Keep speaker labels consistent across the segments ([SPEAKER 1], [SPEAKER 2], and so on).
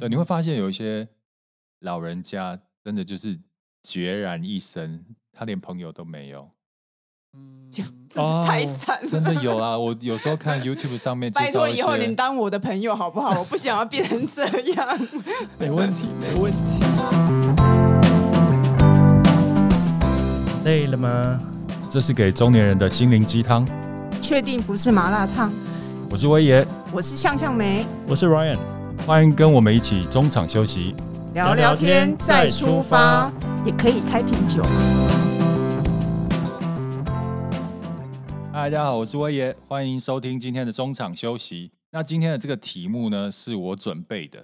[SPEAKER 1] 对，你会发现有一些老人家真的就是孑然一身，他连朋友都没有。
[SPEAKER 2] 嗯，
[SPEAKER 3] 这样子太惨了，
[SPEAKER 1] 真 的有啊！我有时候看 YouTube 上面
[SPEAKER 3] 拜
[SPEAKER 1] 介
[SPEAKER 3] 托，
[SPEAKER 1] 绍一
[SPEAKER 3] 以后
[SPEAKER 1] 些
[SPEAKER 3] 您，当我的朋友好不好？我不想要变成这样。
[SPEAKER 2] 没问题，没问题。累了吗？
[SPEAKER 1] 这是给中年人的心灵鸡汤。
[SPEAKER 3] 确定不是麻辣烫？
[SPEAKER 1] 我是威爷，
[SPEAKER 3] 我是向向梅，
[SPEAKER 2] 我是 Ryan，
[SPEAKER 1] 欢迎跟我们一起中场休息。
[SPEAKER 3] 聊聊天再出发，也可以开瓶酒。
[SPEAKER 1] 嗨，大家好，我是威爷，欢迎收听今天的中场休息。那今天的这个题目呢，是我准备的，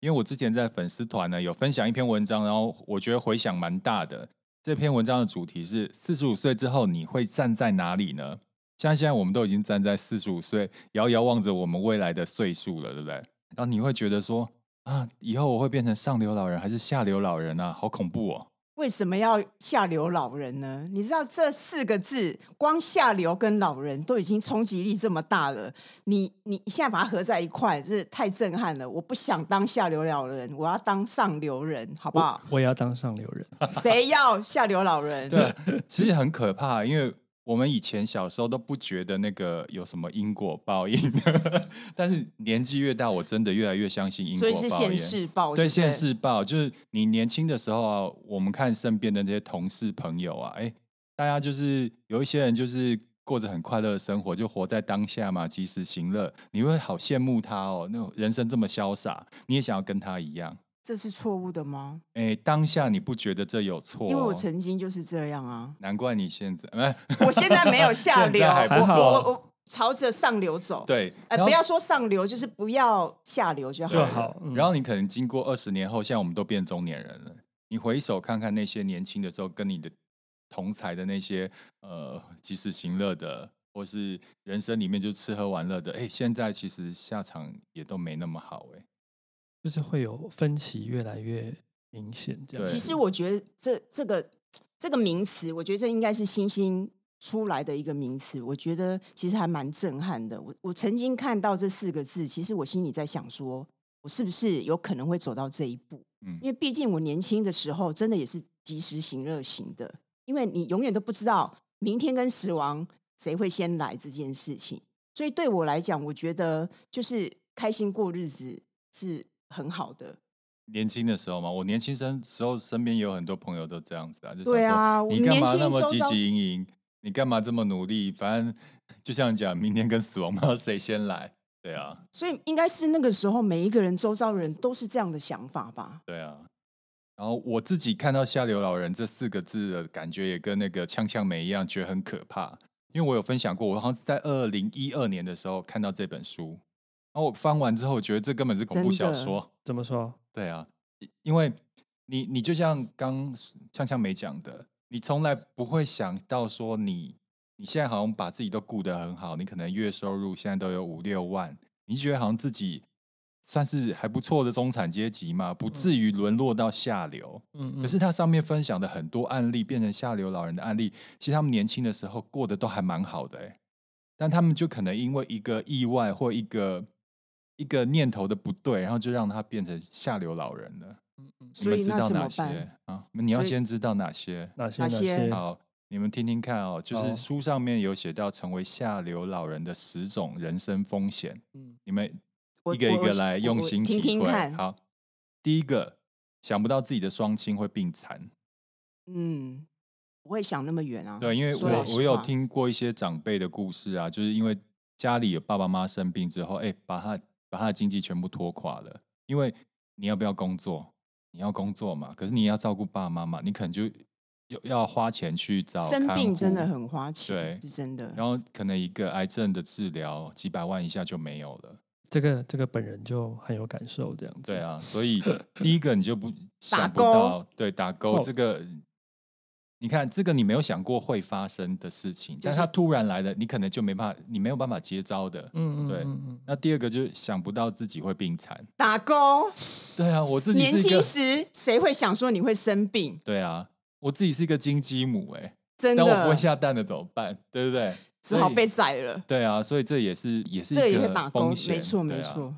[SPEAKER 1] 因为我之前在粉丝团呢有分享一篇文章，然后我觉得回响蛮大的。这篇文章的主题是四十五岁之后你会站在哪里呢？像现在我们都已经站在四十五岁，遥遥望着我们未来的岁数了，对不对？然后你会觉得说啊，以后我会变成上流老人还是下流老人啊？好恐怖哦！
[SPEAKER 3] 为什么要下流老人呢？你知道这四个字，光下流跟老人都已经冲击力这么大了，你你现在把它合在一块，这太震撼了！我不想当下流老人，我要当上流人，好不 好？
[SPEAKER 2] 我也要当上流人。
[SPEAKER 3] 谁要下流老人？
[SPEAKER 1] 对，其实很可怕，因为我们以前小时候都不觉得那个有什么因果报应， 但是年纪越大，我真的越来越相信因果报
[SPEAKER 3] 所以
[SPEAKER 1] 应。
[SPEAKER 3] 是现世报，
[SPEAKER 1] 对
[SPEAKER 3] 不
[SPEAKER 1] 现世报，就是你年轻的时候啊，我们看身边的那些同事朋友啊，哎，大家就是有一些人就是过着很快乐的生活，就活在当下嘛，及时行乐，你会好羡慕他哦，那种人生这么潇洒，你也想要跟他一样。
[SPEAKER 3] 这是错误的吗？
[SPEAKER 1] 哎，当下你不觉得这有错、哦？
[SPEAKER 3] 因为我曾经就是这样啊，
[SPEAKER 1] 难怪你现在， 哎，
[SPEAKER 3] 我现在没有下
[SPEAKER 1] 现
[SPEAKER 3] 流，
[SPEAKER 1] 在还
[SPEAKER 3] 我
[SPEAKER 1] 不错
[SPEAKER 3] 我我我朝着上流走。，
[SPEAKER 1] 对，
[SPEAKER 3] 呃，
[SPEAKER 1] 然后
[SPEAKER 3] 不要说上流，就是不要下流就好
[SPEAKER 1] 对
[SPEAKER 2] 就
[SPEAKER 3] 了。
[SPEAKER 2] 好嗯
[SPEAKER 1] 然后你可能经过二十年后，现在我们都变中年人了。你回首看看那些年轻的时候，跟你的同才的那些呃及时行乐的，或是人生里面就吃喝玩乐的，哎，现在其实下场也都没那么好哎。
[SPEAKER 2] 就是会有分歧越来越明显，这样
[SPEAKER 1] 对
[SPEAKER 3] 其实我觉得这这个这个名词，我觉得这应该是新兴出来的一个名词。我觉得其实还蛮震撼的。我我曾经看到这四个字，其实我心里在想说，我是不是有可能会走到这一步？
[SPEAKER 1] 嗯
[SPEAKER 3] 因为毕竟我年轻的时候，真的也是及时行乐型的，因为你永远都不知道明天跟死亡谁会先来这件事情。所以对我来讲，我觉得就是开心过日子是很好的。
[SPEAKER 1] 年轻的时候嘛，我年轻身时候身边也有很多朋友都这样子啊，就想
[SPEAKER 3] 对啊
[SPEAKER 1] 说
[SPEAKER 3] 我
[SPEAKER 1] 你干
[SPEAKER 3] 年
[SPEAKER 1] 嘛
[SPEAKER 3] 轻
[SPEAKER 1] 那么
[SPEAKER 3] 周
[SPEAKER 1] 积
[SPEAKER 3] 遭
[SPEAKER 1] 极营营？你干嘛这么努力？反正就像你讲，明天跟死亡不知道谁先来。对啊，
[SPEAKER 3] 所以应该是那个时候，每一个人周遭的人都是这样的想法吧？
[SPEAKER 1] 对啊，然后我自己看到“下流老人”这四个字的感觉，也跟那个呛呛梅一样，觉得很可怕。因为我有分享过，我好像是在二零一二年的时候看到这本书，然后我翻完之后，我觉得这根本是恐怖
[SPEAKER 3] 真
[SPEAKER 1] 小
[SPEAKER 3] 的
[SPEAKER 1] 说。
[SPEAKER 2] 怎么说？
[SPEAKER 1] 对啊，因因为你你就像刚呛呛梅讲的，你从来不会想到说你你现在好像把自己都顾得很好，你可能月收入现在都有五六万，你就觉得好像自己算是还不错的中产阶级嘛，不至于沦落到下流。
[SPEAKER 2] 嗯嗯，
[SPEAKER 1] 可是它上面分享的很多案例，变成下流老人的案例，其实他们年轻的时候过得都还蛮好的、欸，但他们就可能因为一个意外或一个一个念头的不对，然后就让他变成下流老人了。你
[SPEAKER 3] 嗯所
[SPEAKER 1] 们
[SPEAKER 3] 以
[SPEAKER 1] 知
[SPEAKER 3] 那
[SPEAKER 1] 道
[SPEAKER 3] 怎
[SPEAKER 1] 哪
[SPEAKER 3] 么
[SPEAKER 1] 些
[SPEAKER 3] 办？
[SPEAKER 1] 啊？你要
[SPEAKER 3] 所以
[SPEAKER 1] 先知道哪些？
[SPEAKER 2] 哪些
[SPEAKER 3] 哪
[SPEAKER 2] 哪
[SPEAKER 3] 些
[SPEAKER 2] 些？
[SPEAKER 1] 好，你们听听看哦，就是
[SPEAKER 2] 好
[SPEAKER 1] 书上面有写到成为下流老人的十种人生风险，
[SPEAKER 2] 嗯
[SPEAKER 1] 你们
[SPEAKER 3] 我
[SPEAKER 1] 一个一
[SPEAKER 3] 我
[SPEAKER 1] 个来用心
[SPEAKER 3] 我
[SPEAKER 1] 体
[SPEAKER 3] 听
[SPEAKER 1] 会。
[SPEAKER 3] 听看。
[SPEAKER 1] 好，第一个，想不到自己的双亲会病残。
[SPEAKER 3] 嗯，不会想那么远啊。
[SPEAKER 1] 对，因为
[SPEAKER 3] 说老
[SPEAKER 1] 我
[SPEAKER 3] 实
[SPEAKER 1] 我有
[SPEAKER 3] 话，
[SPEAKER 1] 听过一些长辈的故事啊，就是因为家里有爸爸妈妈生病之后，哎，把他把他的经济全部拖垮了。因为你要不要工作？你要工作嘛，可是你也要照顾爸爸妈妈，你可能就要要花钱去找
[SPEAKER 3] 生
[SPEAKER 1] 看
[SPEAKER 3] 病真的
[SPEAKER 1] 护
[SPEAKER 3] 很花钱，
[SPEAKER 1] 对
[SPEAKER 3] 是真的。
[SPEAKER 1] 然后可能一个癌症的治疗几百万以下就没有了。
[SPEAKER 2] 这个这个本人就很有感受，这样子。
[SPEAKER 1] 对，啊，所 以第一个你就不
[SPEAKER 3] 嗯打
[SPEAKER 1] 想不
[SPEAKER 3] 勾
[SPEAKER 1] 到，对打勾
[SPEAKER 2] 哦
[SPEAKER 1] 这个，你看这个你没有想过会发生的事情，但
[SPEAKER 3] 就是
[SPEAKER 1] 它突然来了，你可能就没办法，你没有办法接招的。
[SPEAKER 2] 嗯嗯，
[SPEAKER 1] 对
[SPEAKER 2] 嗯嗯
[SPEAKER 1] 那第二个就是想不到自己会病残，
[SPEAKER 3] 打勾，
[SPEAKER 1] 对啊，我自己
[SPEAKER 3] 年
[SPEAKER 1] 是一个
[SPEAKER 3] 轻，时谁会想说你会生病？
[SPEAKER 1] 对啊，我自己是一个金鸡母哎、
[SPEAKER 3] 真
[SPEAKER 1] 但我不会
[SPEAKER 3] 的，
[SPEAKER 1] 下蛋的怎么办？对不对？
[SPEAKER 3] 只好
[SPEAKER 1] 所以
[SPEAKER 3] 被宰了。
[SPEAKER 1] 对啊，所以这也是也是
[SPEAKER 3] 这
[SPEAKER 1] 一
[SPEAKER 3] 也
[SPEAKER 1] 个
[SPEAKER 3] 会打勾
[SPEAKER 1] 风，险，
[SPEAKER 3] 没错
[SPEAKER 1] 对
[SPEAKER 3] 没
[SPEAKER 1] 啊
[SPEAKER 3] 错。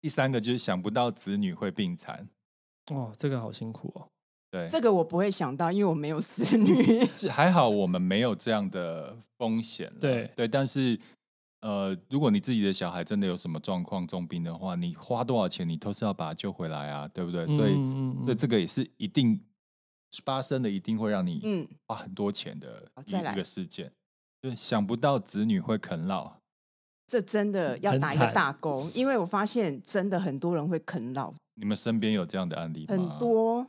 [SPEAKER 1] 第三个就是想不到子女会病残，
[SPEAKER 2] 哦，这个好辛苦哦。
[SPEAKER 1] 对，
[SPEAKER 3] 这个我不会想到，因为我没有子女。
[SPEAKER 1] 这还好我们没有这样的风险啦。
[SPEAKER 2] 对
[SPEAKER 1] 对，但是呃，如果你自己的小孩真的有什么状况重病的话，你花多少钱你都是要把他救回来啊，对不对？所以
[SPEAKER 2] 嗯嗯
[SPEAKER 1] 所以这个也是一定发生的，一定会让你
[SPEAKER 3] 嗯，
[SPEAKER 1] 花很多钱的
[SPEAKER 3] 好
[SPEAKER 1] 一
[SPEAKER 3] 再来
[SPEAKER 1] 一个事件。对，想不到子女会啃老，
[SPEAKER 3] 这 真的要
[SPEAKER 2] 很
[SPEAKER 3] 打一个
[SPEAKER 2] 惨
[SPEAKER 3] 大勾，因为我发现真的很多人会啃老，
[SPEAKER 1] 你们身边有这样的案例吗？
[SPEAKER 3] 很多。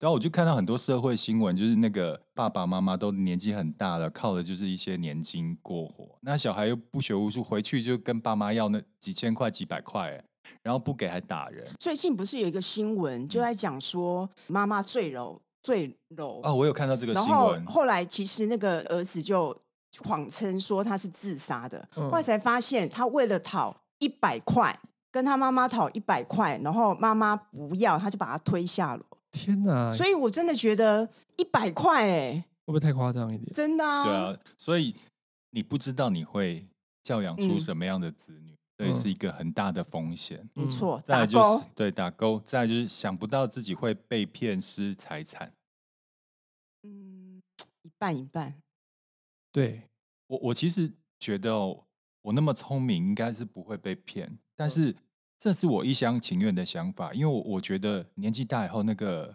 [SPEAKER 1] 然啊后我就看到很多社会新闻，就是那个爸爸妈妈都年纪很大了，靠的就是一些年金过活。那小孩又不学无术，回去就跟爸妈要那几千块、几百块，哎然后不给还打人。
[SPEAKER 3] 最近不是有一个新闻，
[SPEAKER 1] 嗯
[SPEAKER 3] 就在讲说妈妈最柔最柔
[SPEAKER 1] 哦，我有看到这个
[SPEAKER 3] 然
[SPEAKER 1] 新
[SPEAKER 3] 后
[SPEAKER 1] 闻，
[SPEAKER 3] 后来其实那个儿子就谎称说他是自杀的，
[SPEAKER 2] 嗯
[SPEAKER 3] 后来才发现他为了讨一百块，跟他妈妈讨一百块，然后妈妈不要，他就把他推下楼。
[SPEAKER 2] 天哪，
[SPEAKER 3] 所
[SPEAKER 2] 会
[SPEAKER 3] 以我真的觉得一百块，哎，
[SPEAKER 2] 不会太夸张一点？
[SPEAKER 3] 真的啊，
[SPEAKER 1] 对啊，所以你不知道你会教养出
[SPEAKER 3] 嗯
[SPEAKER 1] 什么样的子女，这也
[SPEAKER 2] 嗯
[SPEAKER 1] 是一个很大的风险。
[SPEAKER 3] 没错，
[SPEAKER 1] 嗯再
[SPEAKER 3] 嗯打
[SPEAKER 1] 来就
[SPEAKER 3] 勾
[SPEAKER 1] 是。对打勾，再来就是想不到自己会被骗失财产。
[SPEAKER 3] 嗯，一半一半，
[SPEAKER 2] 对，
[SPEAKER 1] 我我其实觉得哦，我那么聪明，应该是不会被骗。
[SPEAKER 2] 嗯
[SPEAKER 1] 但是这是我一厢情愿的想法，因为我我觉得年纪大以后，那个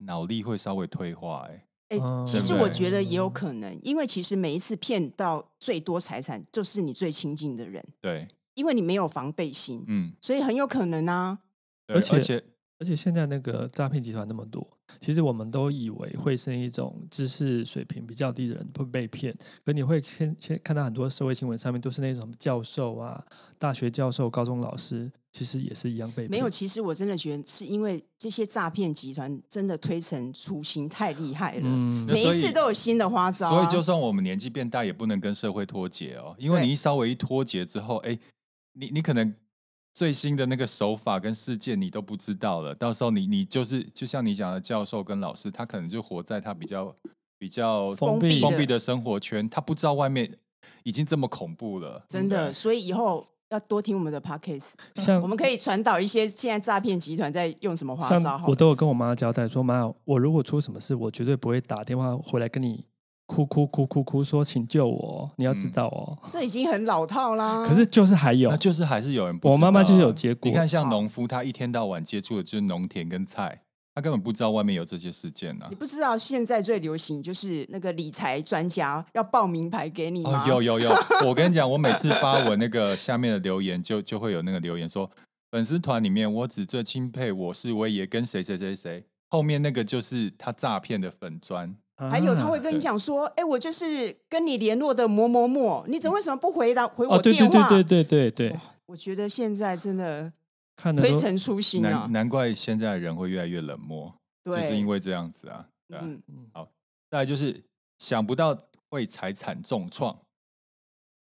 [SPEAKER 1] 脑力会稍微退化、欸。
[SPEAKER 3] 哎、
[SPEAKER 2] 嗯
[SPEAKER 3] 其实
[SPEAKER 1] 对不嗯
[SPEAKER 3] 我
[SPEAKER 1] 对
[SPEAKER 3] 觉得也有可能，因为其实每一次骗到最多财产就是你最亲近的人，
[SPEAKER 1] 对，
[SPEAKER 3] 因为你没有防备心，
[SPEAKER 1] 嗯，
[SPEAKER 3] 所以很有可能啊。
[SPEAKER 1] 对
[SPEAKER 2] 而且
[SPEAKER 1] 而且
[SPEAKER 2] 而且现在那个诈骗集团那么多，其实我们都以为会是一种知识水平比较低的人会被骗，可你会先先看到很多社会新闻上面都是那种教授啊、大学教授、高中老师，其实也是一样被骗。
[SPEAKER 3] 没有，其实我真的觉得是因为这些诈骗集团真的推陈出新，太厉害了，
[SPEAKER 2] 嗯
[SPEAKER 1] 那
[SPEAKER 3] 每
[SPEAKER 1] 所
[SPEAKER 3] 一
[SPEAKER 1] 以
[SPEAKER 3] 次都有新的花招、
[SPEAKER 1] 所
[SPEAKER 3] 啊。
[SPEAKER 1] 以就算我们年纪变大，也不能跟社会脱节哦，因为
[SPEAKER 3] 对
[SPEAKER 1] 你一稍微一脱节之后，哎、你你可能。最新的那个手法跟事件你都不知道了，到时候你你就是就像你讲的教授跟老师，他可能就活在他比较比较
[SPEAKER 2] 封闭
[SPEAKER 1] 封
[SPEAKER 2] 的
[SPEAKER 1] 闭的生活圈，他不知道外面已经这么恐怖了，
[SPEAKER 3] 真的，
[SPEAKER 1] 对
[SPEAKER 3] 所以以后要多听我们的 podcast，
[SPEAKER 2] 像
[SPEAKER 3] 我们可以传导一些现在诈骗集团在用什么花招
[SPEAKER 2] 嗯像
[SPEAKER 3] 好
[SPEAKER 2] 我
[SPEAKER 3] 了。
[SPEAKER 2] 都有跟我妈交代说，妈，我如果出什么事，我绝对不会打电话回来跟你哭哭哭哭哭说请救我哦，你要知
[SPEAKER 1] 嗯
[SPEAKER 2] 道哦。
[SPEAKER 3] 这已经很老套啦。
[SPEAKER 2] 可是就是还有
[SPEAKER 1] 那，就是还是有人不
[SPEAKER 2] 我
[SPEAKER 1] 知道
[SPEAKER 2] 妈妈就是
[SPEAKER 1] 啊
[SPEAKER 2] 有结
[SPEAKER 1] 你
[SPEAKER 2] 果
[SPEAKER 1] 看，像农夫，他一天到晚接触的就是农田跟菜，他根本不知道外面有这些事件呢、啊
[SPEAKER 3] 你不知道现在最流行就是那个理财专家要报名牌给你吗？
[SPEAKER 1] 哦，有有有，我跟你讲，我每次发文那个下面的留言就就会有那个留言说，粉丝团里面我只最钦佩我是威爷跟谁谁谁谁，后面那个就是他诈骗的粉砖，
[SPEAKER 3] 还有他会
[SPEAKER 2] 啊
[SPEAKER 3] 跟
[SPEAKER 1] 对
[SPEAKER 3] 你讲说，哎、我就是跟你联络的某某某，你怎么为什么不回答回
[SPEAKER 2] 哦，
[SPEAKER 3] 我
[SPEAKER 2] 对
[SPEAKER 3] 电
[SPEAKER 2] 对
[SPEAKER 3] 话？
[SPEAKER 2] 对对对对对，
[SPEAKER 3] 我觉得现在真的
[SPEAKER 2] 看嗯的
[SPEAKER 3] 推陈出新啊
[SPEAKER 1] 难，难怪现在人会越来越冷漠，就
[SPEAKER 3] 对，
[SPEAKER 1] 是因为这样子啊。对啊
[SPEAKER 3] 嗯，
[SPEAKER 2] 嗯
[SPEAKER 1] 再来就是想不到会财产重创，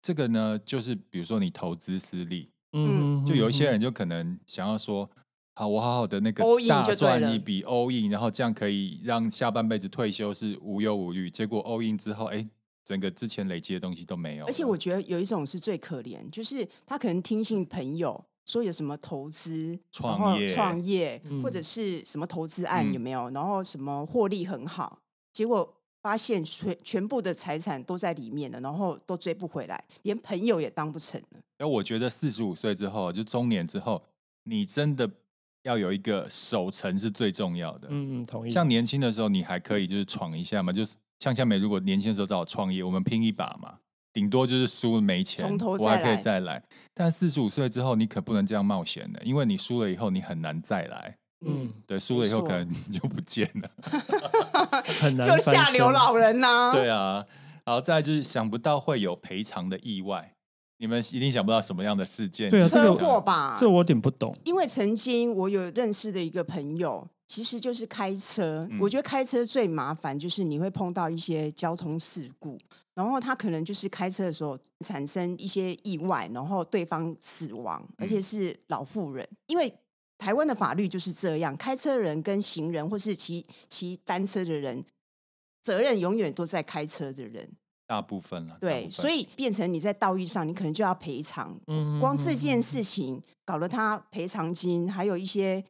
[SPEAKER 1] 这个呢，就是比如说你投资失利，
[SPEAKER 3] 嗯
[SPEAKER 1] 就有一些人就可能想要说，好，我好好的那个
[SPEAKER 3] All in
[SPEAKER 1] 大
[SPEAKER 3] 就对
[SPEAKER 1] 赚一
[SPEAKER 3] 了
[SPEAKER 1] 笔 all in，然后这样可以让下半辈子退休是无忧无虑。结果 all in 之后，哎，整个之前累积的东西都没有了。
[SPEAKER 3] 而且我觉得有一种是最可怜，就是他可能听信朋友说有什么投资、
[SPEAKER 1] 创
[SPEAKER 3] 然后
[SPEAKER 1] 业
[SPEAKER 3] 创业、
[SPEAKER 2] 嗯
[SPEAKER 3] 或者是什么投资案
[SPEAKER 1] 嗯
[SPEAKER 3] 有没有，然后什么获利很好，结果发现全全部的财产都在里面了，然后都追不回来，连朋友也当不成了。
[SPEAKER 2] 嗯
[SPEAKER 1] 哎，我觉得四十五岁之后，就中年之后，你真的要有一个守成是最重要的。
[SPEAKER 2] 嗯嗯同意，
[SPEAKER 1] 像年轻的时候，你还可以就是闯一下嘛，就是像夏美，如果年轻的时候找我创业，我们拼一把嘛，顶多就是输了没钱，
[SPEAKER 3] 从头
[SPEAKER 1] 我还
[SPEAKER 3] 再
[SPEAKER 1] 可以
[SPEAKER 3] 来
[SPEAKER 1] 再来。但四十五岁之后，你可不能这样冒险的，因为你输了以后，你很难再来。
[SPEAKER 2] 嗯
[SPEAKER 1] 对，输了以后
[SPEAKER 3] 没错
[SPEAKER 1] 可能 你就不见了。
[SPEAKER 2] 很难
[SPEAKER 3] 就
[SPEAKER 2] 翻
[SPEAKER 3] 下流
[SPEAKER 2] 身
[SPEAKER 3] 老人呐、
[SPEAKER 1] 对啊，然后再来就是想不到会有赔偿的意外，你们一定想不到什么样的事件，
[SPEAKER 2] 对啊这
[SPEAKER 3] 车
[SPEAKER 2] 个
[SPEAKER 3] 祸吧。
[SPEAKER 2] 这我有点不懂。
[SPEAKER 3] 因为曾经我有认识的一个朋友，其实就是开车。
[SPEAKER 1] 嗯
[SPEAKER 3] 我觉得开车最麻烦就是你会碰到一些交通事故，然后他可能就是开车的时候产生一些意外，然后对方死亡，而
[SPEAKER 1] 嗯
[SPEAKER 3] 且是老妇人。因为台湾的法律就是这样，开车人跟行人或是骑骑单车的人，责任永远都在开车的人。
[SPEAKER 1] 大部分了。大
[SPEAKER 3] 对，
[SPEAKER 1] 部分
[SPEAKER 3] 所以变成你在道义上，你可能就要赔偿。
[SPEAKER 2] 嗯
[SPEAKER 3] 光这件事情搞了他赔偿金，还有一些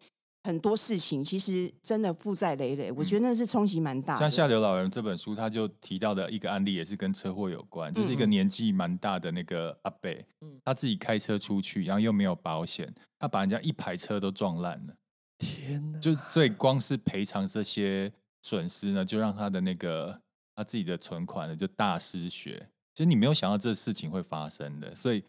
[SPEAKER 3] 很多事情，其实真的负债累累。我觉得那是冲击蛮大
[SPEAKER 1] 嗯像《
[SPEAKER 3] 的。
[SPEAKER 1] 下流老人》这本书，他就提到的一个案例也是跟车祸有关，就是一
[SPEAKER 3] 嗯
[SPEAKER 1] 个年纪蛮大的那个阿伯
[SPEAKER 2] 嗯，
[SPEAKER 1] 他自己开车出去，然后又没有保险，他把人家一排车都撞烂了，
[SPEAKER 2] 天哪，
[SPEAKER 3] 嗯
[SPEAKER 1] 就所以光是赔偿这些损失呢，就让他的那个他自己的存款呢就大失血。其实你没有想到这事情会发生的，所以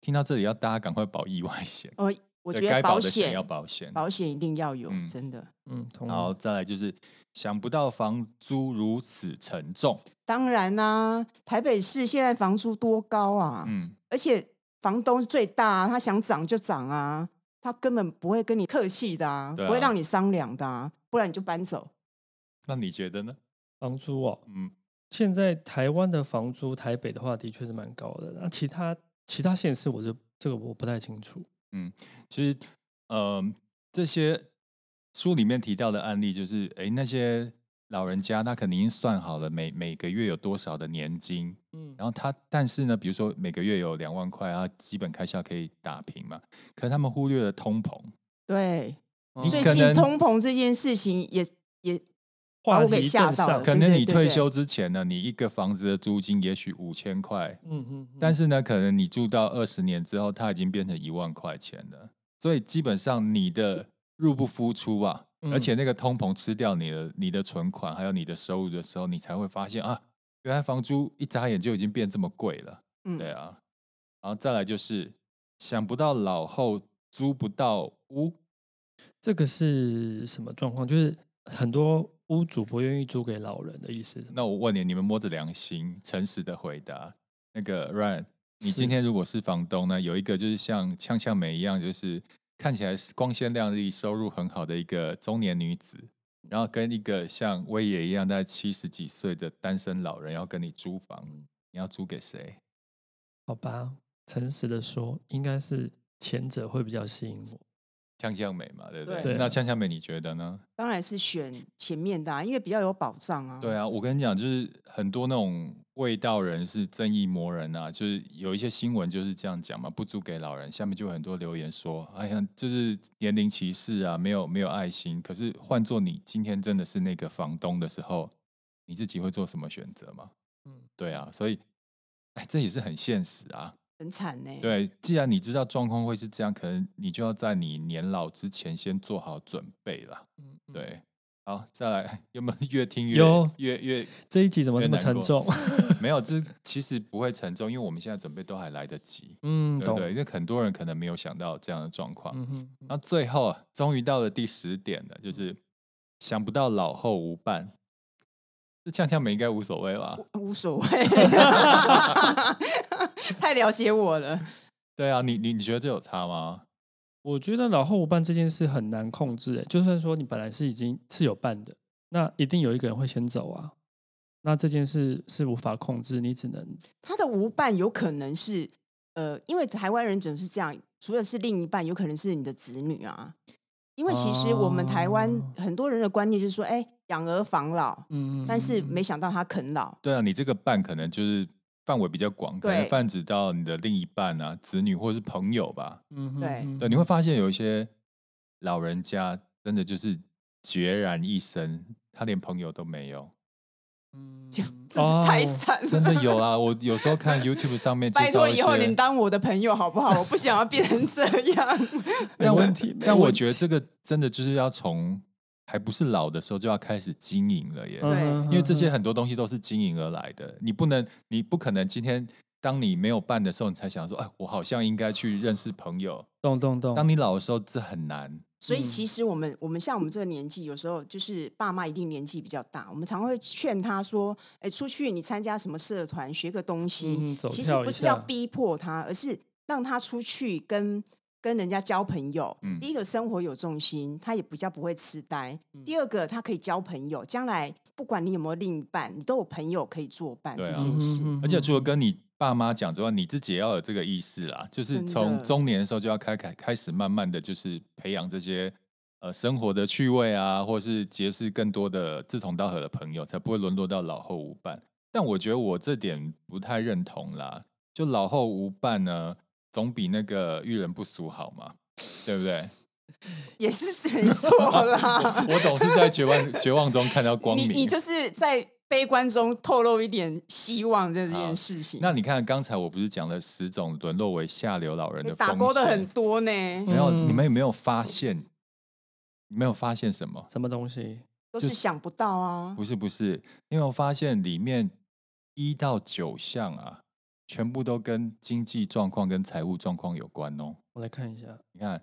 [SPEAKER 1] 听到这里要大家赶快保意外险，
[SPEAKER 3] 呃，我
[SPEAKER 1] 对
[SPEAKER 3] 觉
[SPEAKER 1] 该
[SPEAKER 3] 得保
[SPEAKER 1] 的险
[SPEAKER 3] 险
[SPEAKER 1] 要保险，
[SPEAKER 3] 保险一定要有，
[SPEAKER 1] 嗯
[SPEAKER 3] 真的。
[SPEAKER 2] 嗯，同意
[SPEAKER 1] 然后再来就是想不到房租如此沉重，
[SPEAKER 3] 当然啦、台北市现在房租多高啊，
[SPEAKER 1] 嗯。
[SPEAKER 3] 而且房东最大、啊，他想涨就涨啊，他根本不会跟你客气的啊，
[SPEAKER 1] 对啊
[SPEAKER 3] 不会让你商量的啊，不然你就搬走。
[SPEAKER 1] 那你觉得呢？
[SPEAKER 2] 房租哦，
[SPEAKER 1] 嗯，
[SPEAKER 2] 现在台湾的房租，台北的话的确是蛮高的，那其他其他县市我就这个我不太清楚。
[SPEAKER 1] 其实，呃，这些书里面提到的案例，就是诶，那些老人家他肯定已经算好了每每个月有多少的年金，
[SPEAKER 2] 嗯
[SPEAKER 1] 然后他但是呢，比如说每个月有两万块，他基本开销可以打平嘛，可是他们忽略了通膨，
[SPEAKER 3] 对，
[SPEAKER 2] 哦
[SPEAKER 1] 你
[SPEAKER 3] 最
[SPEAKER 1] 嗯可
[SPEAKER 3] 近
[SPEAKER 1] 能
[SPEAKER 3] 通膨这件事情也也把我给吓到了
[SPEAKER 1] 可
[SPEAKER 3] 呃对
[SPEAKER 1] 能
[SPEAKER 3] 对
[SPEAKER 1] 你
[SPEAKER 3] 对
[SPEAKER 1] 退
[SPEAKER 3] 对
[SPEAKER 1] 休之前呢，你一个房子的租金也许五千块，
[SPEAKER 2] 嗯嗯，
[SPEAKER 1] 但
[SPEAKER 2] 是
[SPEAKER 1] 是呢，可能你住到二十年之后，它已经变成一万块钱了，所以基本上你的入不敷出啊，
[SPEAKER 2] 嗯
[SPEAKER 1] 而且那个通膨吃掉你的你的存款还有你的收入的时候，你才会发现啊，原来房租一眨眼就已经变这么贵了，
[SPEAKER 3] 嗯，
[SPEAKER 1] 对啊，然后再来就是想不到老后租不到屋，
[SPEAKER 2] 这个是什么状况？就是很多屋主不愿意租给老人的意思是吗？
[SPEAKER 1] 那我问你，你们摸着良心，诚实的回答。那个 Ryan，你
[SPEAKER 2] 是
[SPEAKER 1] 今天如果是房东呢，有一个就是像呛呛美一样，就是看起来是光鲜亮丽、收入很好的一个中年女子，然后跟一个像威爷一样在七十几岁的单身老人要跟你租房，你要租给谁？
[SPEAKER 2] 好吧，诚实的说，应该是前者会比较吸引我。
[SPEAKER 1] 呛呛美嘛，对不对？
[SPEAKER 3] 对
[SPEAKER 1] 那呛呛美你觉得呢？
[SPEAKER 3] 当然是选前面的、啊，因为比较有保障
[SPEAKER 2] 嗯
[SPEAKER 3] 啊。
[SPEAKER 1] 对啊，我跟你讲，就是很多那种卫道人是正义魔人啊，就是有一些新闻就是这样讲嘛，不租给老人，下面就有很多留言说，哎呀，就是年龄歧视啊，没有没有爱心。可是换做你今天真的是那个房东的时候，你自己会做什么选择吗？
[SPEAKER 2] 嗯，
[SPEAKER 1] 对啊，所以，哎，这也是很现实啊。
[SPEAKER 3] 很惨呢、，
[SPEAKER 1] 对，既然你知道状况会是这样，可能你就要在你年老之前先做好准备啦。
[SPEAKER 2] 嗯，嗯，
[SPEAKER 1] 对，好，再来， 有没有越听越
[SPEAKER 2] 有
[SPEAKER 1] 越越
[SPEAKER 2] 这一集怎么
[SPEAKER 1] 越
[SPEAKER 2] 这么
[SPEAKER 1] 难
[SPEAKER 2] 沉
[SPEAKER 1] 过
[SPEAKER 2] 重？
[SPEAKER 1] 没有，这其实不会沉重，因为我们现在准备都还来得及，
[SPEAKER 2] 嗯，
[SPEAKER 1] 对不
[SPEAKER 2] 懂。
[SPEAKER 1] 对？因为很多人可能没有想到这样的状况。
[SPEAKER 2] 嗯哼，
[SPEAKER 1] 那最后啊终于到了第十点了，
[SPEAKER 2] 嗯
[SPEAKER 1] 就是想不到老后无伴。这呛呛们应该无所谓吧？
[SPEAKER 3] 无所谓， 太了解我了。
[SPEAKER 1] 对啊，你你你觉得这有差吗？
[SPEAKER 2] 我觉得老后无伴这件事很难控制、欸，就算说你本来是已经是有伴的，那一定有一个人会先走啊。那这件事是无法控制，你只能
[SPEAKER 3] 他的无伴有可能是呃，因为台湾人总是这样，除了是另一半，有可能是你的子女啊。因为其实我们台湾
[SPEAKER 2] 哦
[SPEAKER 3] 很多人的观念就是说，哎、养儿防老，
[SPEAKER 2] 嗯，
[SPEAKER 3] 但是没想到他啃老。
[SPEAKER 1] 对啊，你这个伴可能就是范围比较广，可能
[SPEAKER 3] 对
[SPEAKER 1] 泛指到你的另一半啊、子女或是朋友吧。
[SPEAKER 2] 嗯哼
[SPEAKER 3] 对
[SPEAKER 2] 嗯
[SPEAKER 1] 对，你会发现有一些老人家真的就是孑然一身，他连朋友都没有。
[SPEAKER 2] 嗯
[SPEAKER 3] 这这
[SPEAKER 2] 哦
[SPEAKER 3] 太惨 了，
[SPEAKER 1] 真的有啊！我有时候看 YouTube 上面介
[SPEAKER 3] 拜
[SPEAKER 1] 绍
[SPEAKER 3] 托，
[SPEAKER 1] 一
[SPEAKER 3] 以后
[SPEAKER 1] 些
[SPEAKER 3] 您，当我的朋友好不好？我不想要变成这样。
[SPEAKER 2] 没
[SPEAKER 1] 但我
[SPEAKER 2] 问题，没
[SPEAKER 1] 但我
[SPEAKER 2] 问
[SPEAKER 1] 觉得
[SPEAKER 2] 题
[SPEAKER 1] 这个真的就是要从还不是老的时候就要开始经营了耶，
[SPEAKER 2] 嗯哼
[SPEAKER 1] 因为这些
[SPEAKER 2] 嗯
[SPEAKER 1] 很多东西都是经营而来的，你不能，你不可能今天。当你没有伴的时候，你才想说，哎，我好像应该去认识朋友。
[SPEAKER 2] 哼懂懂
[SPEAKER 3] 哦
[SPEAKER 2] 懂，
[SPEAKER 1] 当你老的时候，这很难。
[SPEAKER 3] 所以
[SPEAKER 2] 嗯
[SPEAKER 3] 其实我们我们像我们这个年纪，有时候就是爸妈一定年纪比较大，我们常会劝他说：“哎，出去你参加什么社团，学个东西。
[SPEAKER 2] 嗯走
[SPEAKER 3] 其实
[SPEAKER 2] 跳一
[SPEAKER 3] 不是要
[SPEAKER 2] 下
[SPEAKER 3] 逼迫他，而是让他出去跟跟人家交朋友。
[SPEAKER 1] 嗯
[SPEAKER 3] 第一个生活有重心，他也比较不会痴呆；
[SPEAKER 2] 嗯
[SPEAKER 3] 第二个他可以交朋友，将来不管你有没有另一半，你都有朋友可以作伴这
[SPEAKER 1] 对啊
[SPEAKER 2] 嗯
[SPEAKER 3] 件事。
[SPEAKER 1] 而且除
[SPEAKER 3] 嗯
[SPEAKER 1] 了跟你爸妈讲之外，你自己也要有这个意识啦，就是
[SPEAKER 3] 真的
[SPEAKER 1] 从中年的时候就要开开开始慢慢的就是培养这些呃生活的趣味啊，或是结识更多的志同道合的朋友，才不会沦落到老后无伴。但我觉得我这点不太认同啦。就老后无伴呢，总比那个遇人不淑好嘛，对不 对？
[SPEAKER 3] 也是没错 啦。
[SPEAKER 1] 我总是在绝望绝望中看到光
[SPEAKER 3] 你
[SPEAKER 1] 明。
[SPEAKER 3] 你就是在悲观中透露一点希望这件事情。
[SPEAKER 1] 那你看，刚才我不是讲了十种沦落为下流老人
[SPEAKER 3] 你
[SPEAKER 1] 的
[SPEAKER 3] 打
[SPEAKER 1] 风
[SPEAKER 3] 勾的
[SPEAKER 1] 险
[SPEAKER 3] 很多呢，
[SPEAKER 1] 没有，你
[SPEAKER 2] 嗯
[SPEAKER 1] 们有没有发现？你没有发现什么？
[SPEAKER 2] 什么东西？
[SPEAKER 3] 都是想不到啊。
[SPEAKER 1] 不是不是，因为我发现里面一到九项啊，全部都跟经济状况跟财务状况有关哦。
[SPEAKER 2] 我来看一下。
[SPEAKER 1] 你看，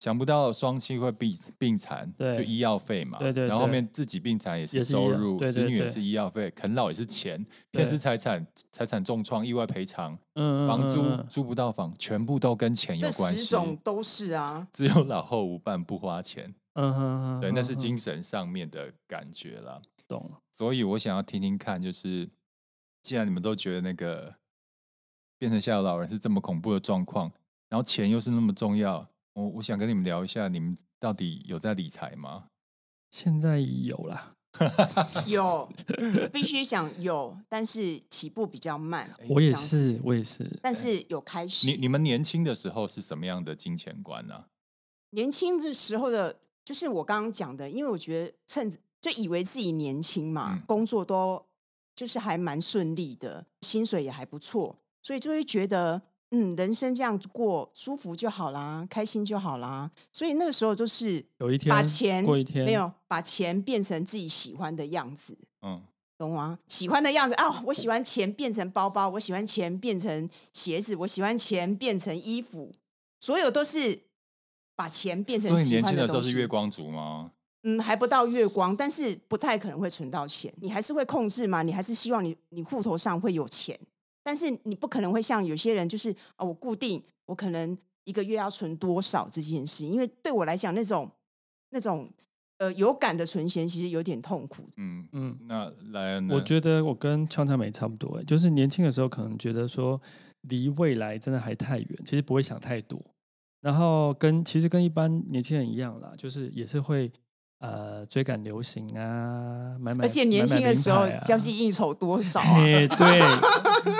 [SPEAKER 1] 想不到双亲会病病残，就
[SPEAKER 2] 对
[SPEAKER 1] 医药费嘛，
[SPEAKER 2] 对对
[SPEAKER 1] 然后后
[SPEAKER 2] 对
[SPEAKER 1] 面自己病残也是
[SPEAKER 2] 也是一
[SPEAKER 1] 收
[SPEAKER 2] 样
[SPEAKER 1] 入，
[SPEAKER 2] 对
[SPEAKER 1] 子
[SPEAKER 2] 对
[SPEAKER 1] 女也
[SPEAKER 2] 对
[SPEAKER 1] 是医药费，啃老也是钱，骗
[SPEAKER 2] 对
[SPEAKER 1] 失财产、财产重创、意外赔偿、
[SPEAKER 2] 嗯，嗯
[SPEAKER 1] 房租、
[SPEAKER 2] 嗯嗯
[SPEAKER 1] 租不到房，全部都跟钱有
[SPEAKER 3] 这
[SPEAKER 1] 关
[SPEAKER 3] 十
[SPEAKER 1] 系。
[SPEAKER 3] 种都是啊，
[SPEAKER 1] 只有老后无伴不花钱，
[SPEAKER 2] 嗯哼哼，
[SPEAKER 1] 对，那
[SPEAKER 2] 哼
[SPEAKER 1] 是
[SPEAKER 2] 哼
[SPEAKER 1] 精神上面的感觉啦。
[SPEAKER 2] 懂。
[SPEAKER 1] 所以我想要听听看，就是既然你们都觉得那个变成下流老人是这么恐怖的状况，然后钱又是那么重要，我我想跟你们聊一下，你们到底有在理财吗？
[SPEAKER 2] 现在有啦，
[SPEAKER 3] 有嗯必须讲有，但是起步比较慢。
[SPEAKER 2] 哎我
[SPEAKER 3] 这
[SPEAKER 2] 也
[SPEAKER 3] 样子，
[SPEAKER 2] 是，我也是。
[SPEAKER 3] 但是有开始。
[SPEAKER 1] 你你们年轻的时候是什么样的金钱观啊呢、
[SPEAKER 3] 年轻的时候的，就是我刚刚讲的，因为我觉得趁着就以为自己年轻嘛，
[SPEAKER 1] 嗯
[SPEAKER 3] 工作都就是还蛮顺利的，薪水也还不错，所以就会觉得。嗯，人生这样子过舒服就好啦，开心就好啦。所以那个时候就是
[SPEAKER 2] 有一天
[SPEAKER 3] 把钱
[SPEAKER 2] 过一天
[SPEAKER 3] 没有把钱变成自己喜欢的样子，
[SPEAKER 1] 嗯，
[SPEAKER 3] 懂吗？喜欢的样子啊，我喜欢钱变成包包，我喜欢钱变成鞋子，我喜欢钱变成衣服，所有都是把钱变成
[SPEAKER 1] 所以
[SPEAKER 3] 喜
[SPEAKER 1] 年
[SPEAKER 3] 欢
[SPEAKER 1] 轻
[SPEAKER 3] 的
[SPEAKER 1] 的时候
[SPEAKER 3] 东
[SPEAKER 1] 是
[SPEAKER 3] 西。
[SPEAKER 1] 月光族吗？
[SPEAKER 3] 嗯，还不到月光，但是不太可能会存到钱，你还是会控制嘛，你还是希望你你户头上会有钱，但是你不可能会像有些人就是啊，我固定我可能一个月要存多少这件事，因为对我来讲那种那种呃有感的存钱其实有点痛苦，
[SPEAKER 1] 嗯，
[SPEAKER 2] 嗯，
[SPEAKER 1] 那莱恩呢，
[SPEAKER 2] 我觉得我跟枪枪美差不多、欸，就是年轻的时候可能觉得说离未来真的还太远，其实不会想太多。然后跟其实跟一般年轻人一样啦，就是也是会呃追赶流行啊，买买，
[SPEAKER 3] 而且年
[SPEAKER 2] 买买
[SPEAKER 3] 轻的
[SPEAKER 2] 名
[SPEAKER 3] 时候
[SPEAKER 2] 牌啊
[SPEAKER 3] 交际 应酬多少啊？
[SPEAKER 2] 嘿，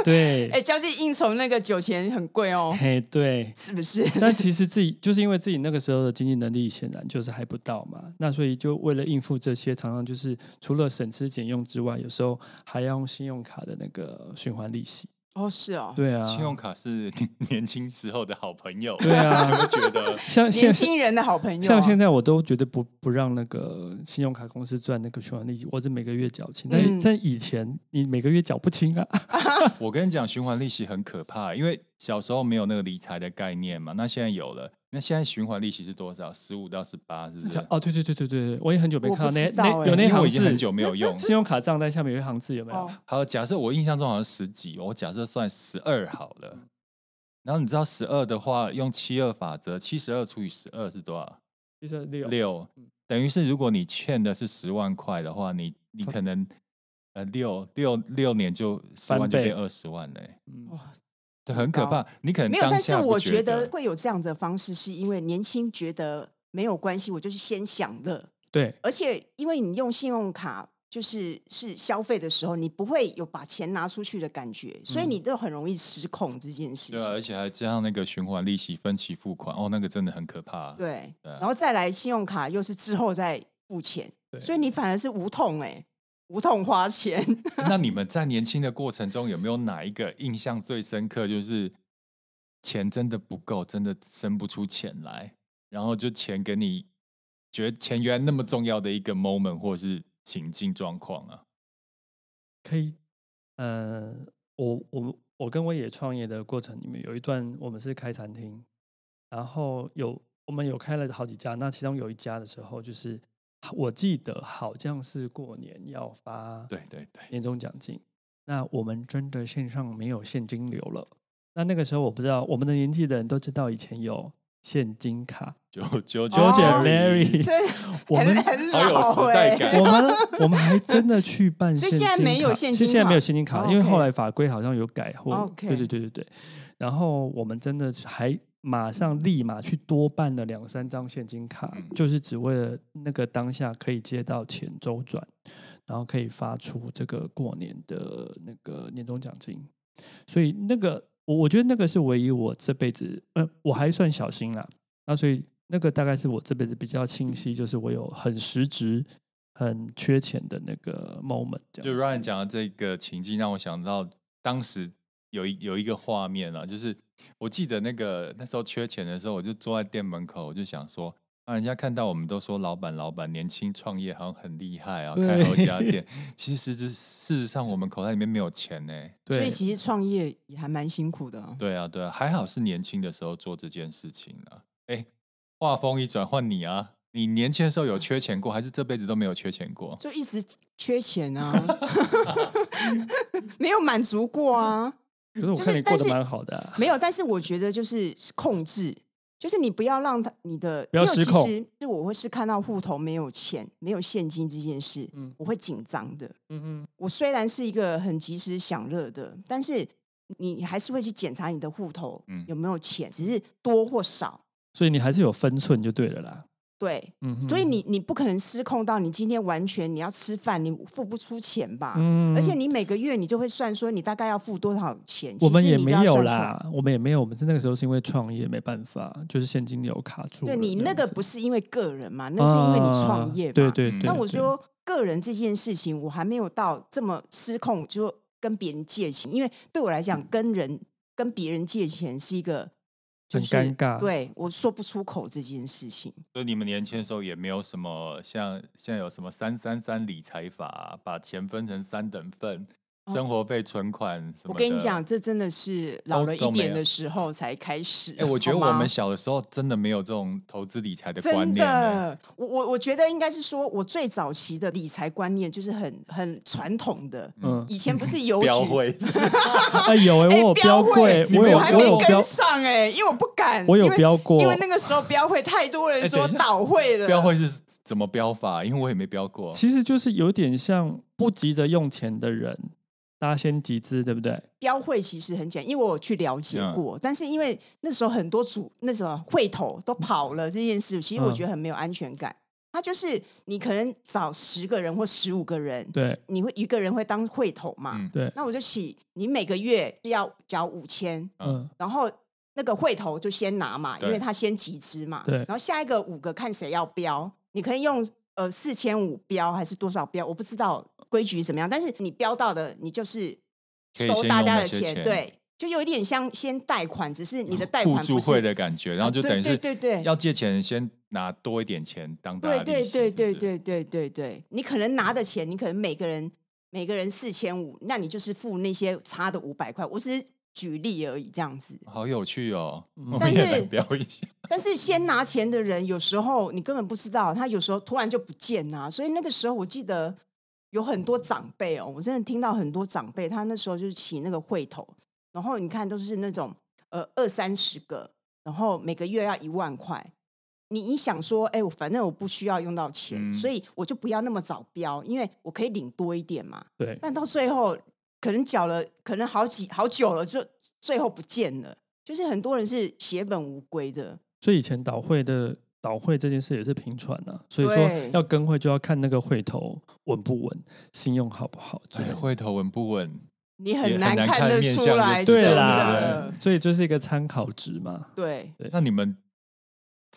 [SPEAKER 2] 对
[SPEAKER 3] 哎、
[SPEAKER 2] 对，
[SPEAKER 3] 交际应酬那个酒钱很贵哦，
[SPEAKER 2] 嘿对。
[SPEAKER 3] 是不是？
[SPEAKER 2] 但其实自己就是因为自己那个时候的经济能力显然就是还不到嘛，那所以就为了应付这些，常常就是除了省吃俭用之外，有时候还要用信用卡的那个循环利息。
[SPEAKER 3] 哦，是哦，
[SPEAKER 2] 对啊，
[SPEAKER 1] 信用卡是 年轻时候的好朋友，
[SPEAKER 2] 对啊
[SPEAKER 1] 你有没有觉得？
[SPEAKER 2] 像
[SPEAKER 3] 年
[SPEAKER 2] 现
[SPEAKER 3] 轻人的好朋友啊、
[SPEAKER 2] 像现在我都绝对不不让那个信用卡公司赚那个循环利息，我是每个月缴清。但是
[SPEAKER 3] 嗯
[SPEAKER 2] 在以前，你每个月缴不清啊。
[SPEAKER 1] 我跟你讲，循环利息很可怕，因为小时候没有那个理财的概念嘛。那现在有了，那现在循环利息是多少？十五到十八，是不是？
[SPEAKER 2] 哦，对对对对对，我也很久没
[SPEAKER 3] 我
[SPEAKER 2] 看到
[SPEAKER 3] 不
[SPEAKER 2] 那
[SPEAKER 3] 知道
[SPEAKER 2] 那
[SPEAKER 3] 欸
[SPEAKER 2] 有那
[SPEAKER 1] 因为我
[SPEAKER 2] 行
[SPEAKER 1] 已经很
[SPEAKER 2] 字，
[SPEAKER 1] 久没有 用。
[SPEAKER 2] 信用卡账单下面有一行字，有没有
[SPEAKER 3] 哦？，
[SPEAKER 1] 好，假设我印象中好像十几，我假设算十二好了。然后你知道十二的话，用七二法则，七十二除以十二是多少？
[SPEAKER 2] 就是六
[SPEAKER 1] 六，
[SPEAKER 3] 嗯
[SPEAKER 1] 等于是如果你欠的是十万块的话，你你可能呃六六六年就十万
[SPEAKER 2] 翻
[SPEAKER 1] 就变
[SPEAKER 2] 倍
[SPEAKER 1] 二十万嘞、
[SPEAKER 2] 嗯
[SPEAKER 1] 对，很可怕。你可能
[SPEAKER 3] 没有，
[SPEAKER 1] 当
[SPEAKER 3] 但是
[SPEAKER 1] 下不
[SPEAKER 3] 我
[SPEAKER 1] 觉
[SPEAKER 3] 觉得会有这样的方式，是因为年轻觉得没有关系，我就是先享乐，
[SPEAKER 2] 对
[SPEAKER 3] 而且因为你用信用卡。就是是消费的时候，你不会有把钱拿出去的感觉，所以
[SPEAKER 2] 嗯
[SPEAKER 3] 你都很容易失控这件事情。
[SPEAKER 1] 对啊，而且还加上那个循环利息、分期付款，哦，那个真的很可怕、
[SPEAKER 3] 对，
[SPEAKER 1] 对啊
[SPEAKER 3] 然后再来信用卡又是之后再付钱，
[SPEAKER 2] 对
[SPEAKER 3] 所以你反而是无痛哎、无痛花 钱。
[SPEAKER 1] 那你们在年轻的过程中，有没有哪一个印象最深刻？就是钱真的不够，真的生不出钱来，然后就钱给你，觉得钱原来那么重要的一个 moment 或是情境状况啊？
[SPEAKER 2] 可以，呃，我我们我跟我也创业的过程里面有一段，我们是开餐厅，然后有我们有开了好几家，那其中有一家的时候，就是我记得好像是过年要发
[SPEAKER 1] 对对对，
[SPEAKER 2] 年终奖金，那我们真的线上没有现金流了。那那个时候我不知道，我们的年纪的人都知道以前有现金卡，
[SPEAKER 1] 九九九
[SPEAKER 2] 九
[SPEAKER 3] 九
[SPEAKER 2] 姐
[SPEAKER 3] 哦
[SPEAKER 2] Mary，
[SPEAKER 3] 对，
[SPEAKER 2] 我
[SPEAKER 3] 很
[SPEAKER 2] 们
[SPEAKER 3] 很
[SPEAKER 1] 好有
[SPEAKER 3] 老
[SPEAKER 1] 时代
[SPEAKER 3] 欸
[SPEAKER 1] 感
[SPEAKER 2] 我们我们还真的去办
[SPEAKER 3] 所以
[SPEAKER 2] 现金卡，
[SPEAKER 3] 现在没有现金
[SPEAKER 2] 是现在没有现金
[SPEAKER 3] 卡
[SPEAKER 2] 卡，
[SPEAKER 3] 哦
[SPEAKER 2] 因为后
[SPEAKER 3] OK
[SPEAKER 2] 来法规好像有改或
[SPEAKER 3] 哦，OK
[SPEAKER 2] 对对对对对。然后我们真的还马上立马去多办了两三张现金卡
[SPEAKER 1] 嗯，
[SPEAKER 2] 就是只为了那个当下可以接到钱周转。然后可以发出这个过年的那个年终奖金。所以那个我我觉得那个是唯一我这辈子，呃，我还算小心啦。那所以那个大概是我这辈子比较清晰，就是我有很实质、很缺钱的那个 moment 这
[SPEAKER 1] 就
[SPEAKER 2] 样。
[SPEAKER 1] Ryan 讲的这个情境，让我想到当时有一有一个画面啊，就是我记得那个那时候缺钱的时候，我就坐在店门口，我就想说，啊，人家看到我们都说老板老板年轻创业好像很厉害啊，
[SPEAKER 2] 对
[SPEAKER 1] 开好几家店，其实事事实上我们口袋里面没有钱呢、
[SPEAKER 3] 所
[SPEAKER 2] 对
[SPEAKER 3] 以，其实创业也还蛮辛苦的哦、
[SPEAKER 1] 对啊，对啊，还好是年轻的时候做这件事情啊。哎，话锋一转，换你啊，你年轻的时
[SPEAKER 2] 嗯
[SPEAKER 1] 候有缺钱过，还是这辈子都没有缺钱过？
[SPEAKER 3] 就一直缺钱啊， 没有满足过啊，
[SPEAKER 2] 可是我
[SPEAKER 3] 就
[SPEAKER 2] 看
[SPEAKER 3] 是
[SPEAKER 2] 你过
[SPEAKER 3] 但
[SPEAKER 2] 得
[SPEAKER 3] 是
[SPEAKER 2] 蛮好的、啊。
[SPEAKER 3] 没有。但是我觉得就是控制，就是你不要让他你的，
[SPEAKER 2] 不要
[SPEAKER 3] 因为
[SPEAKER 2] 失控
[SPEAKER 3] 其实是我会是看到户头没有钱、没有现金这件事，
[SPEAKER 2] 嗯
[SPEAKER 3] 我会紧张的。
[SPEAKER 2] 嗯
[SPEAKER 3] 我虽然是一个很及时享乐的，但是你还是会去检查你的户头
[SPEAKER 1] 嗯
[SPEAKER 3] 有没有钱，只是多或少。
[SPEAKER 2] 所以你还是有分寸就对了啦。
[SPEAKER 3] 对，
[SPEAKER 2] 嗯哼，
[SPEAKER 3] 所以你你不可能失控到你今天完全你要吃饭，你付不出钱吧？
[SPEAKER 2] 嗯
[SPEAKER 3] 啊而且你每个月你就会算说你大概要付多少钱。
[SPEAKER 2] 我们
[SPEAKER 3] 其实
[SPEAKER 2] 也
[SPEAKER 3] 你
[SPEAKER 2] 没
[SPEAKER 3] 就要
[SPEAKER 2] 有
[SPEAKER 3] 算出来。
[SPEAKER 2] 啦，我们也没有，我们是那个时候是因为创业没办法，就是现金流卡
[SPEAKER 3] 对
[SPEAKER 2] 住了这样子。
[SPEAKER 3] 你那个不是因为个人嘛，那是因为你创业嘛。
[SPEAKER 2] 啊对
[SPEAKER 1] 嗯
[SPEAKER 2] 对对。
[SPEAKER 3] 那我
[SPEAKER 2] 对，
[SPEAKER 3] 说个人这件事情，我还没有到这么失控，就跟别人借钱，因为对我来讲，跟人跟别人借钱是一个、就
[SPEAKER 2] 很
[SPEAKER 3] 是、
[SPEAKER 2] 尴尬
[SPEAKER 3] 对我说不出口这件事情。
[SPEAKER 1] 所以你们年轻的时候也没有什么像现在有什么三三三理财法啊、把钱分成三等份，
[SPEAKER 3] 哦
[SPEAKER 1] 生活费、存款什么的。
[SPEAKER 3] 我跟你讲，，这真的是老
[SPEAKER 1] 都
[SPEAKER 3] 了一
[SPEAKER 1] 都没
[SPEAKER 3] 点
[SPEAKER 1] 有
[SPEAKER 3] 的时候才开始。
[SPEAKER 1] 哎、我觉得
[SPEAKER 3] 好吗
[SPEAKER 1] 我们小的时候真的没有这种投资理财的观
[SPEAKER 3] 真
[SPEAKER 1] 念、欸。
[SPEAKER 3] 的，我我我觉得应该是说，我最早期的理财观念就是很很传统的。
[SPEAKER 2] 嗯，
[SPEAKER 3] 以前不是邮
[SPEAKER 1] 标
[SPEAKER 3] 局，
[SPEAKER 1] 会，
[SPEAKER 2] 哎有哎，我
[SPEAKER 3] 哎
[SPEAKER 2] 有标
[SPEAKER 3] 会
[SPEAKER 2] 柜，，
[SPEAKER 3] 你
[SPEAKER 2] 我
[SPEAKER 3] 们
[SPEAKER 2] 有
[SPEAKER 3] 还
[SPEAKER 2] 我有
[SPEAKER 3] 没跟
[SPEAKER 2] 标，
[SPEAKER 3] 上哎，因为我不敢，
[SPEAKER 2] 我有
[SPEAKER 3] 因为
[SPEAKER 2] 标过
[SPEAKER 3] 因为那个时候标会太多人
[SPEAKER 1] 哎
[SPEAKER 3] 说
[SPEAKER 1] 等一下
[SPEAKER 3] 倒会了，
[SPEAKER 1] 标会是怎么标法？啊因为我也没标过。
[SPEAKER 2] 其实就是有点像不急着用钱的人，大家先集资，对不对？
[SPEAKER 3] 标会其实很简单，因为我有去了解
[SPEAKER 1] 嗯
[SPEAKER 3] 过，但是因为那时候很多组那什么会头都跑了这件事，其实我
[SPEAKER 2] 嗯
[SPEAKER 3] 觉得很没有安全感。他就是你可能找十个人或十五个人，
[SPEAKER 2] 对
[SPEAKER 3] 你会一个人会当会头嘛？
[SPEAKER 1] 嗯
[SPEAKER 2] 对，
[SPEAKER 3] 那我就起，你每个月是要缴五千，
[SPEAKER 2] 嗯
[SPEAKER 3] 然后那个会头就先拿嘛，因
[SPEAKER 1] 对
[SPEAKER 3] 为他先集资嘛。
[SPEAKER 2] 对
[SPEAKER 3] 然后下一个五个看谁要标，你可以用呃四千五标还是多少标，我不知道规矩怎么样，但是你标到的，你就是
[SPEAKER 1] 可以
[SPEAKER 3] 收
[SPEAKER 1] 先
[SPEAKER 3] 大
[SPEAKER 1] 用
[SPEAKER 3] 家
[SPEAKER 1] 那
[SPEAKER 3] 的
[SPEAKER 1] 些钱
[SPEAKER 3] 对，就有一点像先贷款，只是你的贷
[SPEAKER 1] 互
[SPEAKER 3] 款
[SPEAKER 1] 助
[SPEAKER 3] 不是
[SPEAKER 1] 会的感觉，然后就
[SPEAKER 3] 啊对
[SPEAKER 1] 等于是
[SPEAKER 3] 对对对
[SPEAKER 1] 要借钱先拿多一点钱当大
[SPEAKER 3] 对
[SPEAKER 1] 家利
[SPEAKER 3] 对
[SPEAKER 1] 息
[SPEAKER 3] 对对
[SPEAKER 1] 是不是
[SPEAKER 3] 对对对对，你可能拿的钱，你可能每个人每个人四千五，那你就是付那些差的五百块。我只是举例而已，这样子。
[SPEAKER 1] 好有趣哦！
[SPEAKER 2] 嗯
[SPEAKER 1] 我
[SPEAKER 3] 但
[SPEAKER 1] 们也
[SPEAKER 3] 是
[SPEAKER 1] 来标一下。
[SPEAKER 3] 但是先拿钱的人，有时候你根本不知道，他有时候突然就不见啦、所以那个时候，我记得有很多长辈哦，我真的听到很多长辈，他那时候就是起那个会头，然后你看都是那种呃二三十个，然后每个月要一万块。你你想说，哎、我反正我不需要用到钱，
[SPEAKER 1] 嗯
[SPEAKER 3] 所以我就不要那么早标，因为我可以领多一点嘛。
[SPEAKER 2] 对，
[SPEAKER 3] 但到最后可能缴了，可能好几好久了，就最后不见了。就是很多人是血本无归的，
[SPEAKER 2] 所以以前导会的导会这件事也是频传呐，所以
[SPEAKER 3] 对
[SPEAKER 2] 说要跟会就要看那个会头稳不稳，信用好不好之类
[SPEAKER 1] 哎，
[SPEAKER 2] 的。
[SPEAKER 1] 会头稳不稳？
[SPEAKER 3] 你
[SPEAKER 1] 也
[SPEAKER 3] 很
[SPEAKER 1] 很
[SPEAKER 3] 难
[SPEAKER 1] 难
[SPEAKER 3] 看
[SPEAKER 1] 看
[SPEAKER 3] 得
[SPEAKER 1] 面
[SPEAKER 3] 出
[SPEAKER 1] 相就
[SPEAKER 3] 来，
[SPEAKER 1] 知
[SPEAKER 2] 对
[SPEAKER 3] 真
[SPEAKER 2] 啦
[SPEAKER 3] 的，
[SPEAKER 2] 所以就是一个参考值嘛。
[SPEAKER 3] 对。
[SPEAKER 2] 对
[SPEAKER 1] 那你们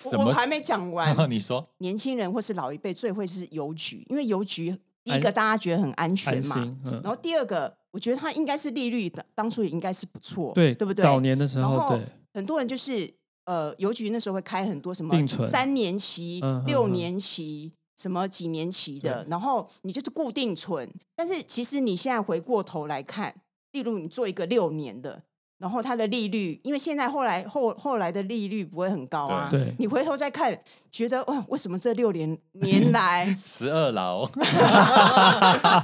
[SPEAKER 3] 我
[SPEAKER 1] 什
[SPEAKER 3] 我
[SPEAKER 1] 么？
[SPEAKER 3] 还没讲完，
[SPEAKER 1] 你说
[SPEAKER 3] 年轻人或是老一辈最会就是邮局，因为邮局第一
[SPEAKER 2] 安
[SPEAKER 3] 个大家觉得很安
[SPEAKER 2] 安
[SPEAKER 3] 全嘛，
[SPEAKER 2] 心，嗯
[SPEAKER 3] 然，后第二个我觉得它应该是利率的，当初也应该是不错，
[SPEAKER 2] 对
[SPEAKER 3] 对不对？
[SPEAKER 2] 早年的时
[SPEAKER 3] 然
[SPEAKER 2] 候，
[SPEAKER 3] 后
[SPEAKER 2] 对，
[SPEAKER 3] 很多人就是呃，邮局那时候会开很多什么
[SPEAKER 2] 定存
[SPEAKER 3] 三年期
[SPEAKER 2] 嗯哼、
[SPEAKER 3] 六
[SPEAKER 2] 哼
[SPEAKER 3] 年期、什么几年期的，然后你就是固定存。但是其实你现在回过头来看，例如你做一个六年的，然后它的利率，因为现在后来后后来的利率不会很高啊，
[SPEAKER 2] 对对
[SPEAKER 3] 你回头再看，觉得哇，为什么这六年年 来
[SPEAKER 1] 十二劳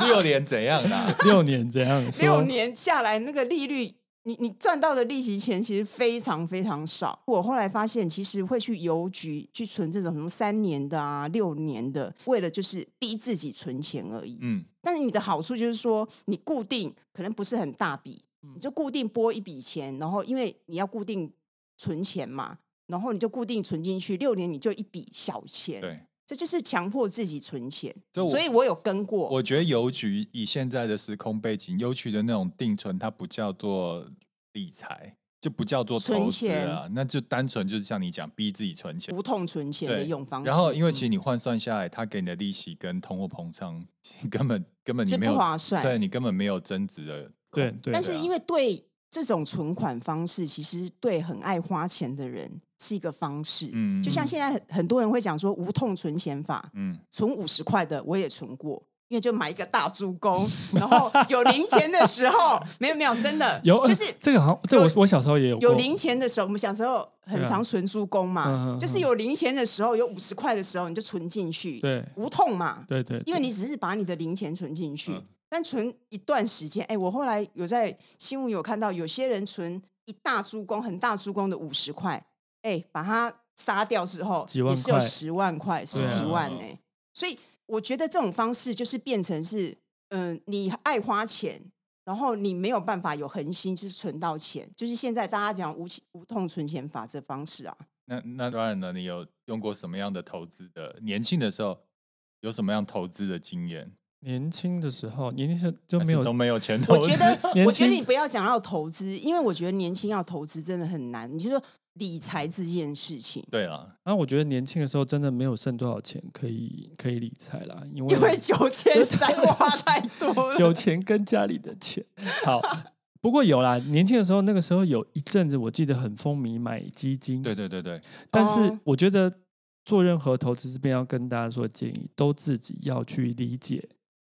[SPEAKER 1] 六年怎样啦？
[SPEAKER 2] 六年这样
[SPEAKER 3] 六
[SPEAKER 2] 说，
[SPEAKER 3] 年下来，那个利率，你你赚到的利息钱其实非常非常少。我后来发现，其实会去邮局去存这种什么三年的啊、六年的，为了就是逼自己存钱而已。
[SPEAKER 1] 嗯，
[SPEAKER 3] 但是你的好处就是说，你固定可能不是很大笔，
[SPEAKER 1] 嗯
[SPEAKER 3] 你就固定拨一笔钱，然后因为你要固定存钱嘛，然后你就固定存进去，六年你就一笔小钱。
[SPEAKER 1] 对，
[SPEAKER 3] 这就是强迫自己存钱。
[SPEAKER 1] 所以我
[SPEAKER 3] 所以我有跟过，
[SPEAKER 1] 我觉得邮局以现在的时空背景，邮局的那种定存，它不叫做呃理财，就不叫做投
[SPEAKER 3] 存
[SPEAKER 1] 资啊，
[SPEAKER 3] 钱
[SPEAKER 1] 那就单纯就是像你讲，逼自己存钱。
[SPEAKER 3] 无痛存钱的
[SPEAKER 1] 对
[SPEAKER 3] 用方式。
[SPEAKER 1] 然后，因为其
[SPEAKER 3] 嗯
[SPEAKER 1] 实你换算下来，它给你的利息跟通货膨胀根本根本你
[SPEAKER 3] 这
[SPEAKER 1] 没
[SPEAKER 3] 不
[SPEAKER 1] 有，
[SPEAKER 3] 划算
[SPEAKER 1] 对你根本没有增值的空
[SPEAKER 2] 对
[SPEAKER 1] 间。
[SPEAKER 2] 对
[SPEAKER 3] 但
[SPEAKER 1] 对
[SPEAKER 3] 是
[SPEAKER 1] 啊
[SPEAKER 3] 因为对这种存款方式，其实对很爱花钱的人是一个方式。
[SPEAKER 1] 嗯
[SPEAKER 3] 就像现在很很多人会讲说无痛存钱法，
[SPEAKER 1] 嗯，
[SPEAKER 3] 存五十块的我也存过，因为就买一个大猪公，然 后有零钱的时候，没有没有，真的
[SPEAKER 2] 有
[SPEAKER 3] 就
[SPEAKER 2] 呃
[SPEAKER 3] 是
[SPEAKER 2] 这个好像，这个我我小时候也有
[SPEAKER 3] 有
[SPEAKER 2] 过
[SPEAKER 3] 零钱的时候，我们小时候很
[SPEAKER 2] 对啊
[SPEAKER 3] 常存猪公嘛，
[SPEAKER 2] 嗯嗯嗯
[SPEAKER 3] 就是有零钱的时候，有五十块的时候，你就存进去，
[SPEAKER 2] 对
[SPEAKER 3] 无痛嘛，
[SPEAKER 2] 对对，
[SPEAKER 3] 因为
[SPEAKER 2] 对
[SPEAKER 3] 你只是把你的零钱存进去，
[SPEAKER 1] 嗯
[SPEAKER 3] 但存一段时间，哎，我后来有在新闻有看到，有些人存一大猪公，很大猪公的五十块，哎，把它杀掉之后，
[SPEAKER 2] 几万
[SPEAKER 3] 也是有
[SPEAKER 2] 块啊嗯
[SPEAKER 3] 十万块、十几万呢、所以我觉得这种方式就是变成是，嗯、你爱花钱。然后你没有办法有恒心，就是存到钱，就是现在大家讲无钱无痛存钱法这方式啊，
[SPEAKER 1] 那那当然呢，你有用过什么样的投资的？年轻的时候有什么样投资的经验？
[SPEAKER 2] 年轻的时候，年轻时候就
[SPEAKER 1] 还
[SPEAKER 2] 没
[SPEAKER 1] 是
[SPEAKER 2] 有
[SPEAKER 1] 都没有钱投
[SPEAKER 3] 我
[SPEAKER 1] 资。
[SPEAKER 3] 觉得，
[SPEAKER 2] 年
[SPEAKER 3] 我觉得
[SPEAKER 2] 轻
[SPEAKER 3] 你不要讲要投资，因为我觉得年轻要投资真的很难。你就说理财这件事情，
[SPEAKER 1] 对啊，
[SPEAKER 2] 然后我觉得年轻的时候真的没有剩多少钱可以可以理财啦，因为
[SPEAKER 3] 因为九千三花太多了。
[SPEAKER 2] 有钱跟家里的钱。 好，不过有啦，年轻的时候那个时候有一阵子我记得很风靡买基金，
[SPEAKER 1] 对对对对，
[SPEAKER 2] 但是
[SPEAKER 3] 哦
[SPEAKER 2] 我觉得做任何投资这边要跟大家说的建议，都自己要去理解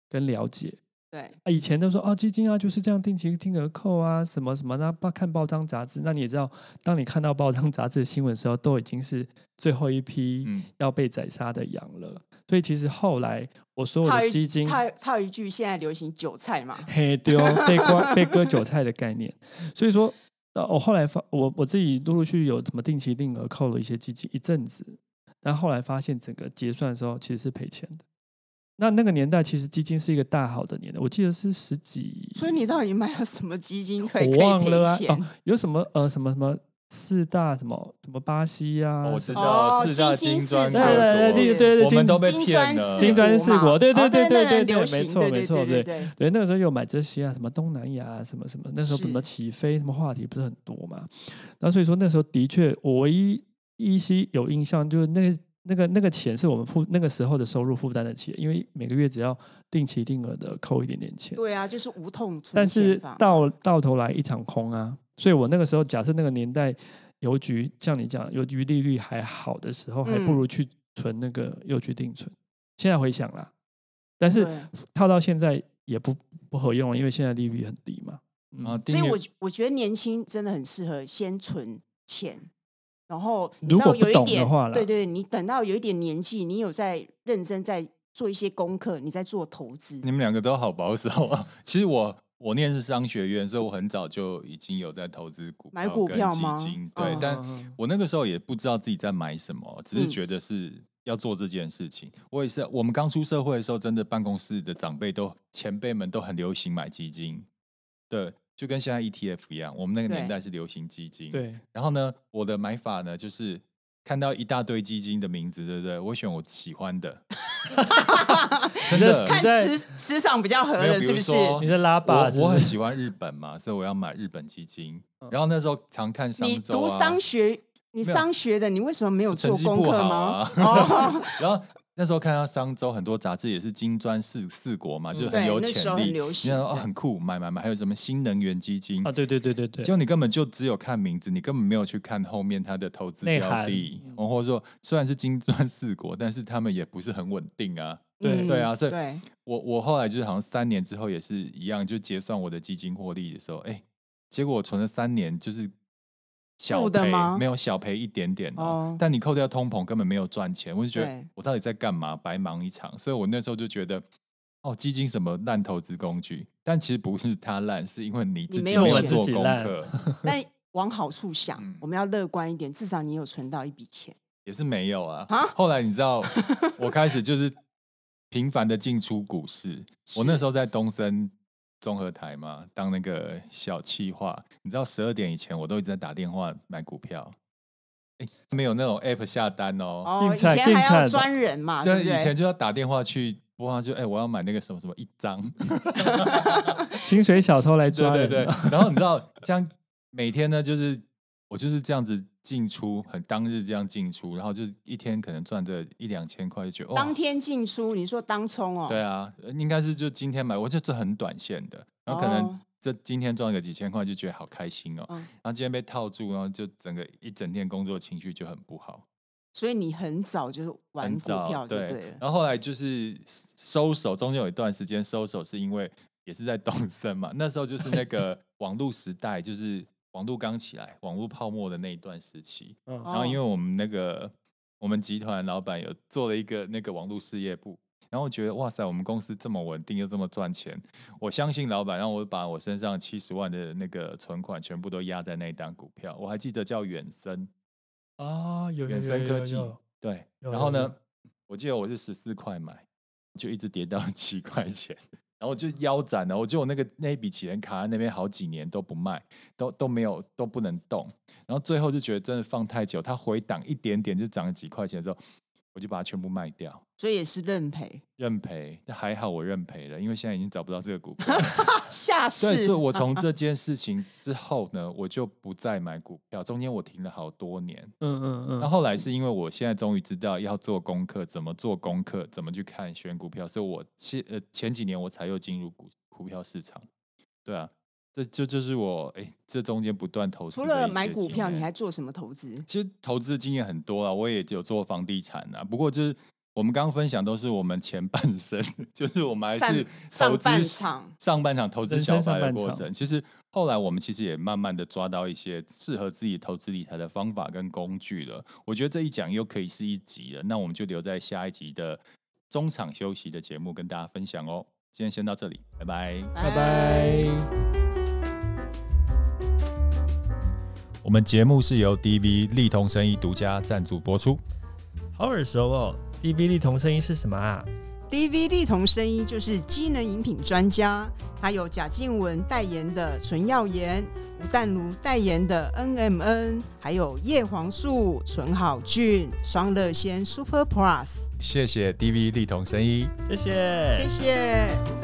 [SPEAKER 2] 跟了解。
[SPEAKER 3] 对，
[SPEAKER 2] 啊，以前都说哦，基金啊就是这样定期定额扣啊，什么什么，那报看报章杂志。那你也知道，当你看到报章杂志的新闻的时候，都已经是最后一批
[SPEAKER 1] 嗯，
[SPEAKER 2] 要被宰杀的羊了。所以其实后来我所有
[SPEAKER 3] 套
[SPEAKER 2] 的
[SPEAKER 3] 一
[SPEAKER 2] 基金
[SPEAKER 3] 套套一句现在流行韭菜嘛，
[SPEAKER 2] 黑丢被割被割韭菜的概念。所以说，呃，我后来发我我自己陆陆续续有什么定期定额扣了一些基金一阵子，但后来发现整个结算的时候其实是赔钱的。那那个年代其实基金是一个大好的年代，我记得是十几，
[SPEAKER 3] 所以你到底买了什么基金可以
[SPEAKER 2] 我
[SPEAKER 3] 可以
[SPEAKER 2] 忘
[SPEAKER 3] 赔
[SPEAKER 2] 了啊，
[SPEAKER 3] 钱
[SPEAKER 2] 哦？，有什么呃什么什么四大什么什么巴西啊，
[SPEAKER 1] 哦我知
[SPEAKER 2] 什么
[SPEAKER 1] 道
[SPEAKER 3] 哦
[SPEAKER 1] 四大
[SPEAKER 3] 新
[SPEAKER 1] 金
[SPEAKER 3] 兴
[SPEAKER 1] 砖
[SPEAKER 3] 市
[SPEAKER 1] 国
[SPEAKER 3] 场
[SPEAKER 1] 说，
[SPEAKER 3] 对对对
[SPEAKER 2] 对
[SPEAKER 1] 我们
[SPEAKER 2] 金
[SPEAKER 1] 都被
[SPEAKER 3] 金
[SPEAKER 1] 骗
[SPEAKER 3] 砖
[SPEAKER 1] 了。
[SPEAKER 3] 四
[SPEAKER 2] 金砖四国
[SPEAKER 3] 嘛
[SPEAKER 2] 对对
[SPEAKER 3] 哦
[SPEAKER 2] 对
[SPEAKER 3] 那
[SPEAKER 2] 对
[SPEAKER 3] 很
[SPEAKER 2] 对
[SPEAKER 3] 流
[SPEAKER 2] 没
[SPEAKER 3] 行
[SPEAKER 2] 错
[SPEAKER 3] 对
[SPEAKER 2] 没
[SPEAKER 3] 对
[SPEAKER 2] 错
[SPEAKER 3] 对对
[SPEAKER 2] 对
[SPEAKER 3] 对
[SPEAKER 2] 对，那个时候有买这些啊，什么东南亚啊，什么什么，那时候
[SPEAKER 3] 是
[SPEAKER 2] 什么起飞，什么话题不是很多嘛？然后所以说那时候的确，我唯一依稀有印象就是那个那个那个钱是我们负那个时候的收入负担得起的，因为每个月只要定期定额的扣一点点钱，
[SPEAKER 3] 对啊，就是无痛存
[SPEAKER 2] 但
[SPEAKER 3] 钱
[SPEAKER 2] 是
[SPEAKER 3] 法嘛。
[SPEAKER 2] 到到头来一场空啊。所以我那个时候假设那个年代邮局像你讲邮局利率还好的时候，还不
[SPEAKER 3] 嗯
[SPEAKER 2] 如去存那个邮局定存。现在回想啦，但是
[SPEAKER 3] 对
[SPEAKER 2] 套到现在也不不合用了，因为现在利率很低嘛。嗯
[SPEAKER 1] 啊，
[SPEAKER 3] 所
[SPEAKER 1] 订
[SPEAKER 3] 以
[SPEAKER 1] 阅
[SPEAKER 3] 我觉我觉得年轻真的很适合先存钱，然后你
[SPEAKER 2] 如
[SPEAKER 3] 到
[SPEAKER 2] 果不
[SPEAKER 3] 有一
[SPEAKER 2] 懂
[SPEAKER 3] 点
[SPEAKER 2] 的话啦
[SPEAKER 3] 对对，你等到有一点年纪，你有在认真在做一些功课，你在做投资
[SPEAKER 1] 你。们两个都好保守啊！ 其实我我念是商学院，所以我很早就已经有在投资股
[SPEAKER 3] 买
[SPEAKER 1] 票
[SPEAKER 3] 股
[SPEAKER 1] 跟
[SPEAKER 3] 票
[SPEAKER 1] 基
[SPEAKER 3] 吗
[SPEAKER 1] 金
[SPEAKER 3] 嗯
[SPEAKER 1] 对，但
[SPEAKER 2] 嗯
[SPEAKER 1] 我那个时候也不知道自己在买什么，只是
[SPEAKER 3] 嗯
[SPEAKER 1] 觉得是要做这件事情。我也是，我们刚出社会的时候，真的办公室的长辈都前辈们都很流行买基金，对，就跟现在 ETF 一样，我们那个年
[SPEAKER 3] 对
[SPEAKER 1] 代是流行基金，
[SPEAKER 2] 对，
[SPEAKER 1] 然后呢，我的买法呢，就是看到一大堆基金的名字，对不对？我选我喜欢的，真的。
[SPEAKER 3] 看
[SPEAKER 2] 你在
[SPEAKER 3] 磁磁场比较合
[SPEAKER 1] 没有
[SPEAKER 3] 的，
[SPEAKER 1] 比
[SPEAKER 3] 是
[SPEAKER 1] 如
[SPEAKER 3] 不是？嗯
[SPEAKER 1] 说
[SPEAKER 2] 你在拉霸是
[SPEAKER 1] 我我
[SPEAKER 2] 不
[SPEAKER 1] 很
[SPEAKER 2] 是？
[SPEAKER 1] 喜欢日本嘛，所以我要买日本基金。然后那时候常看商
[SPEAKER 3] 你
[SPEAKER 1] 周、
[SPEAKER 3] 读
[SPEAKER 1] 啊，
[SPEAKER 3] 商学，你
[SPEAKER 1] 没有
[SPEAKER 3] 商学的，你为什么没有
[SPEAKER 1] 成
[SPEAKER 3] 做
[SPEAKER 1] 绩
[SPEAKER 3] 功
[SPEAKER 1] 不
[SPEAKER 3] 课
[SPEAKER 1] 好
[SPEAKER 3] 吗？
[SPEAKER 1] 啊。
[SPEAKER 3] 哦，
[SPEAKER 1] 然后那时候看到商周很多杂志也是金砖四四国嘛，就是很
[SPEAKER 3] 嗯对
[SPEAKER 1] 有
[SPEAKER 3] 那
[SPEAKER 1] 潜
[SPEAKER 3] 时候
[SPEAKER 1] 力，
[SPEAKER 3] 很流
[SPEAKER 1] 你
[SPEAKER 3] 行
[SPEAKER 1] 想说哦
[SPEAKER 3] 对
[SPEAKER 1] 很酷，买买买，还有什么新能源基金
[SPEAKER 2] 啊，。对对对对对
[SPEAKER 1] 结，果你根本就只有看名字，你根本没有去看后面它的投资
[SPEAKER 2] 内
[SPEAKER 1] 标
[SPEAKER 2] 涵嗯
[SPEAKER 1] 的，哦或者说虽然是金砖四国，但是他们也不是很稳定啊。
[SPEAKER 3] 嗯
[SPEAKER 2] 对
[SPEAKER 1] 对啊所以
[SPEAKER 3] 对，
[SPEAKER 1] 我我后来就是好像三年之后也是一样，就结算我的基金获利的时候，哎、结果我存了三年，就是小
[SPEAKER 3] 负的
[SPEAKER 1] 赔
[SPEAKER 3] 吗，
[SPEAKER 1] 没有小赔一点点哦。
[SPEAKER 3] 哦
[SPEAKER 1] 但你扣掉通膨，根本没有赚钱，我就觉得
[SPEAKER 3] 对
[SPEAKER 1] 我到底在干嘛，白忙一场。所以我那时候就觉得，哦，基金什么烂投资工具，但其实不是它烂，是因为你自
[SPEAKER 3] 你没
[SPEAKER 1] 己
[SPEAKER 3] 有
[SPEAKER 1] 有
[SPEAKER 3] 选
[SPEAKER 1] 做
[SPEAKER 2] 自己
[SPEAKER 1] 功
[SPEAKER 2] 烂
[SPEAKER 1] 课，
[SPEAKER 3] 但往好处想
[SPEAKER 1] 嗯，
[SPEAKER 3] 我们要乐观一点，至少你有存到一笔钱。
[SPEAKER 1] 也是没有啊。
[SPEAKER 3] 啊
[SPEAKER 1] 后来你知道，我开始就是频繁的进出股市。我那时候在东森综合台嘛，当那个小企划。你知道，十二点以前我都一直在打电话买股票，没有那种 app 下单哦。
[SPEAKER 3] 哦，以
[SPEAKER 2] 订菜
[SPEAKER 3] 前
[SPEAKER 2] 订
[SPEAKER 3] 还要
[SPEAKER 2] 菜
[SPEAKER 3] 专人嘛，对
[SPEAKER 1] 但
[SPEAKER 3] 不
[SPEAKER 1] 以前
[SPEAKER 3] 对？
[SPEAKER 1] 就要打电话去，不然就哎、我要买那个什么什么一张，
[SPEAKER 2] 薪水小偷来
[SPEAKER 1] 对
[SPEAKER 2] 抓
[SPEAKER 1] 对
[SPEAKER 2] 人
[SPEAKER 1] 对
[SPEAKER 2] 了，。
[SPEAKER 1] 啊然后你知道，像每天呢，就是我就是这样子进出，很当日这样进出，然后就是一天可能赚这一两千块，就觉得
[SPEAKER 3] 当
[SPEAKER 1] 哦，
[SPEAKER 3] 天进出，你说当冲哦，
[SPEAKER 1] 对啊，呃应该是就今天买，我就是很短线的，然后可能
[SPEAKER 3] 哦
[SPEAKER 1] 这今天赚个几千块就觉得好开心哦，
[SPEAKER 3] 嗯
[SPEAKER 1] 然后今天被套住，然后就整个一整天工作情绪就很不好。
[SPEAKER 3] 所以你很早就是玩
[SPEAKER 1] 很
[SPEAKER 3] 股
[SPEAKER 1] 早
[SPEAKER 3] 票就
[SPEAKER 1] 对
[SPEAKER 3] 对了。
[SPEAKER 1] 然后后来就是收手，中间有一段时间收手，是因为也是在东森嘛，那时候就是那个网络时代，就是网络刚起来，网络泡沫的那一段时期。
[SPEAKER 2] 嗯
[SPEAKER 1] 然后因为
[SPEAKER 3] 哦
[SPEAKER 1] 我们那个我们集团老板有做了一个那个网络事业部。然后我觉得哇塞，我们公司这么稳定又这么赚钱，我相信老板，让我把我身上七十万的那个存款全部都压在那一档股票，我还记得叫远森，
[SPEAKER 2] 哦，有有
[SPEAKER 1] 远
[SPEAKER 2] 有
[SPEAKER 1] 森科
[SPEAKER 2] 有
[SPEAKER 1] 技
[SPEAKER 2] 有，
[SPEAKER 1] 对，
[SPEAKER 2] 有
[SPEAKER 1] 然后
[SPEAKER 2] 有有
[SPEAKER 1] 呢，我记得我是十四块买，就一直跌到七块钱， 然后就腰斩了。我觉得我那个那一笔钱卡在那边好几年都不卖，都都没有都不能动。然后最后就觉得真的放太久，它回档一点点就涨了几块钱之后，我就把它全部卖掉。
[SPEAKER 3] 所以也是认赔，
[SPEAKER 1] 认赔，但还好我认赔了，因为现在已经找不到这个股票了。
[SPEAKER 3] 下
[SPEAKER 1] 对，
[SPEAKER 3] 市
[SPEAKER 1] 所以我从这件事情之后呢，我就不再买股票，中间我停了好多年。
[SPEAKER 2] 嗯嗯嗯，
[SPEAKER 1] 那后来是因为我现在终于知道要做功课，怎么做功课，怎么去看选股票，所以我前呃前几年我才又进入股股票市场。对啊，这这就是我哎、这中间不断投资。
[SPEAKER 3] 除了买股票，你还做什么投资？
[SPEAKER 1] 其实投资经验很多啊，我也有做房地产啊，不过就是。我们刚刚分享都是我们前半生， 就是我们还
[SPEAKER 3] 上
[SPEAKER 1] 是
[SPEAKER 3] 上
[SPEAKER 1] 投资
[SPEAKER 3] 半场
[SPEAKER 1] 上半场投资
[SPEAKER 2] 人
[SPEAKER 1] 小
[SPEAKER 2] 生
[SPEAKER 1] 白
[SPEAKER 2] 上
[SPEAKER 1] 的
[SPEAKER 2] 半
[SPEAKER 1] 过
[SPEAKER 2] 场
[SPEAKER 1] 程。其实后来我们其实也慢慢的抓到一些适合自己投资理财的方法跟工具了。我觉得这一讲又可以是一集了，那我们就留在下一集的中场休息的节目跟大家分享哦。今天先到这里，拜拜。
[SPEAKER 2] 拜拜。
[SPEAKER 1] 我们节目是由 DV 力同生意独家赞助播出。
[SPEAKER 2] 好耳熟哦，DVD 同声音是什么啊？
[SPEAKER 3] DVD 同声一就是机能饮品专家，还有贾静雯代言的纯耀颜，吴淡如代言的 NMN，还有叶黄素、纯好菌、双乐仙 Super Plus。
[SPEAKER 1] 谢谢 DV 力同生意。
[SPEAKER 2] 谢谢，
[SPEAKER 3] 谢谢。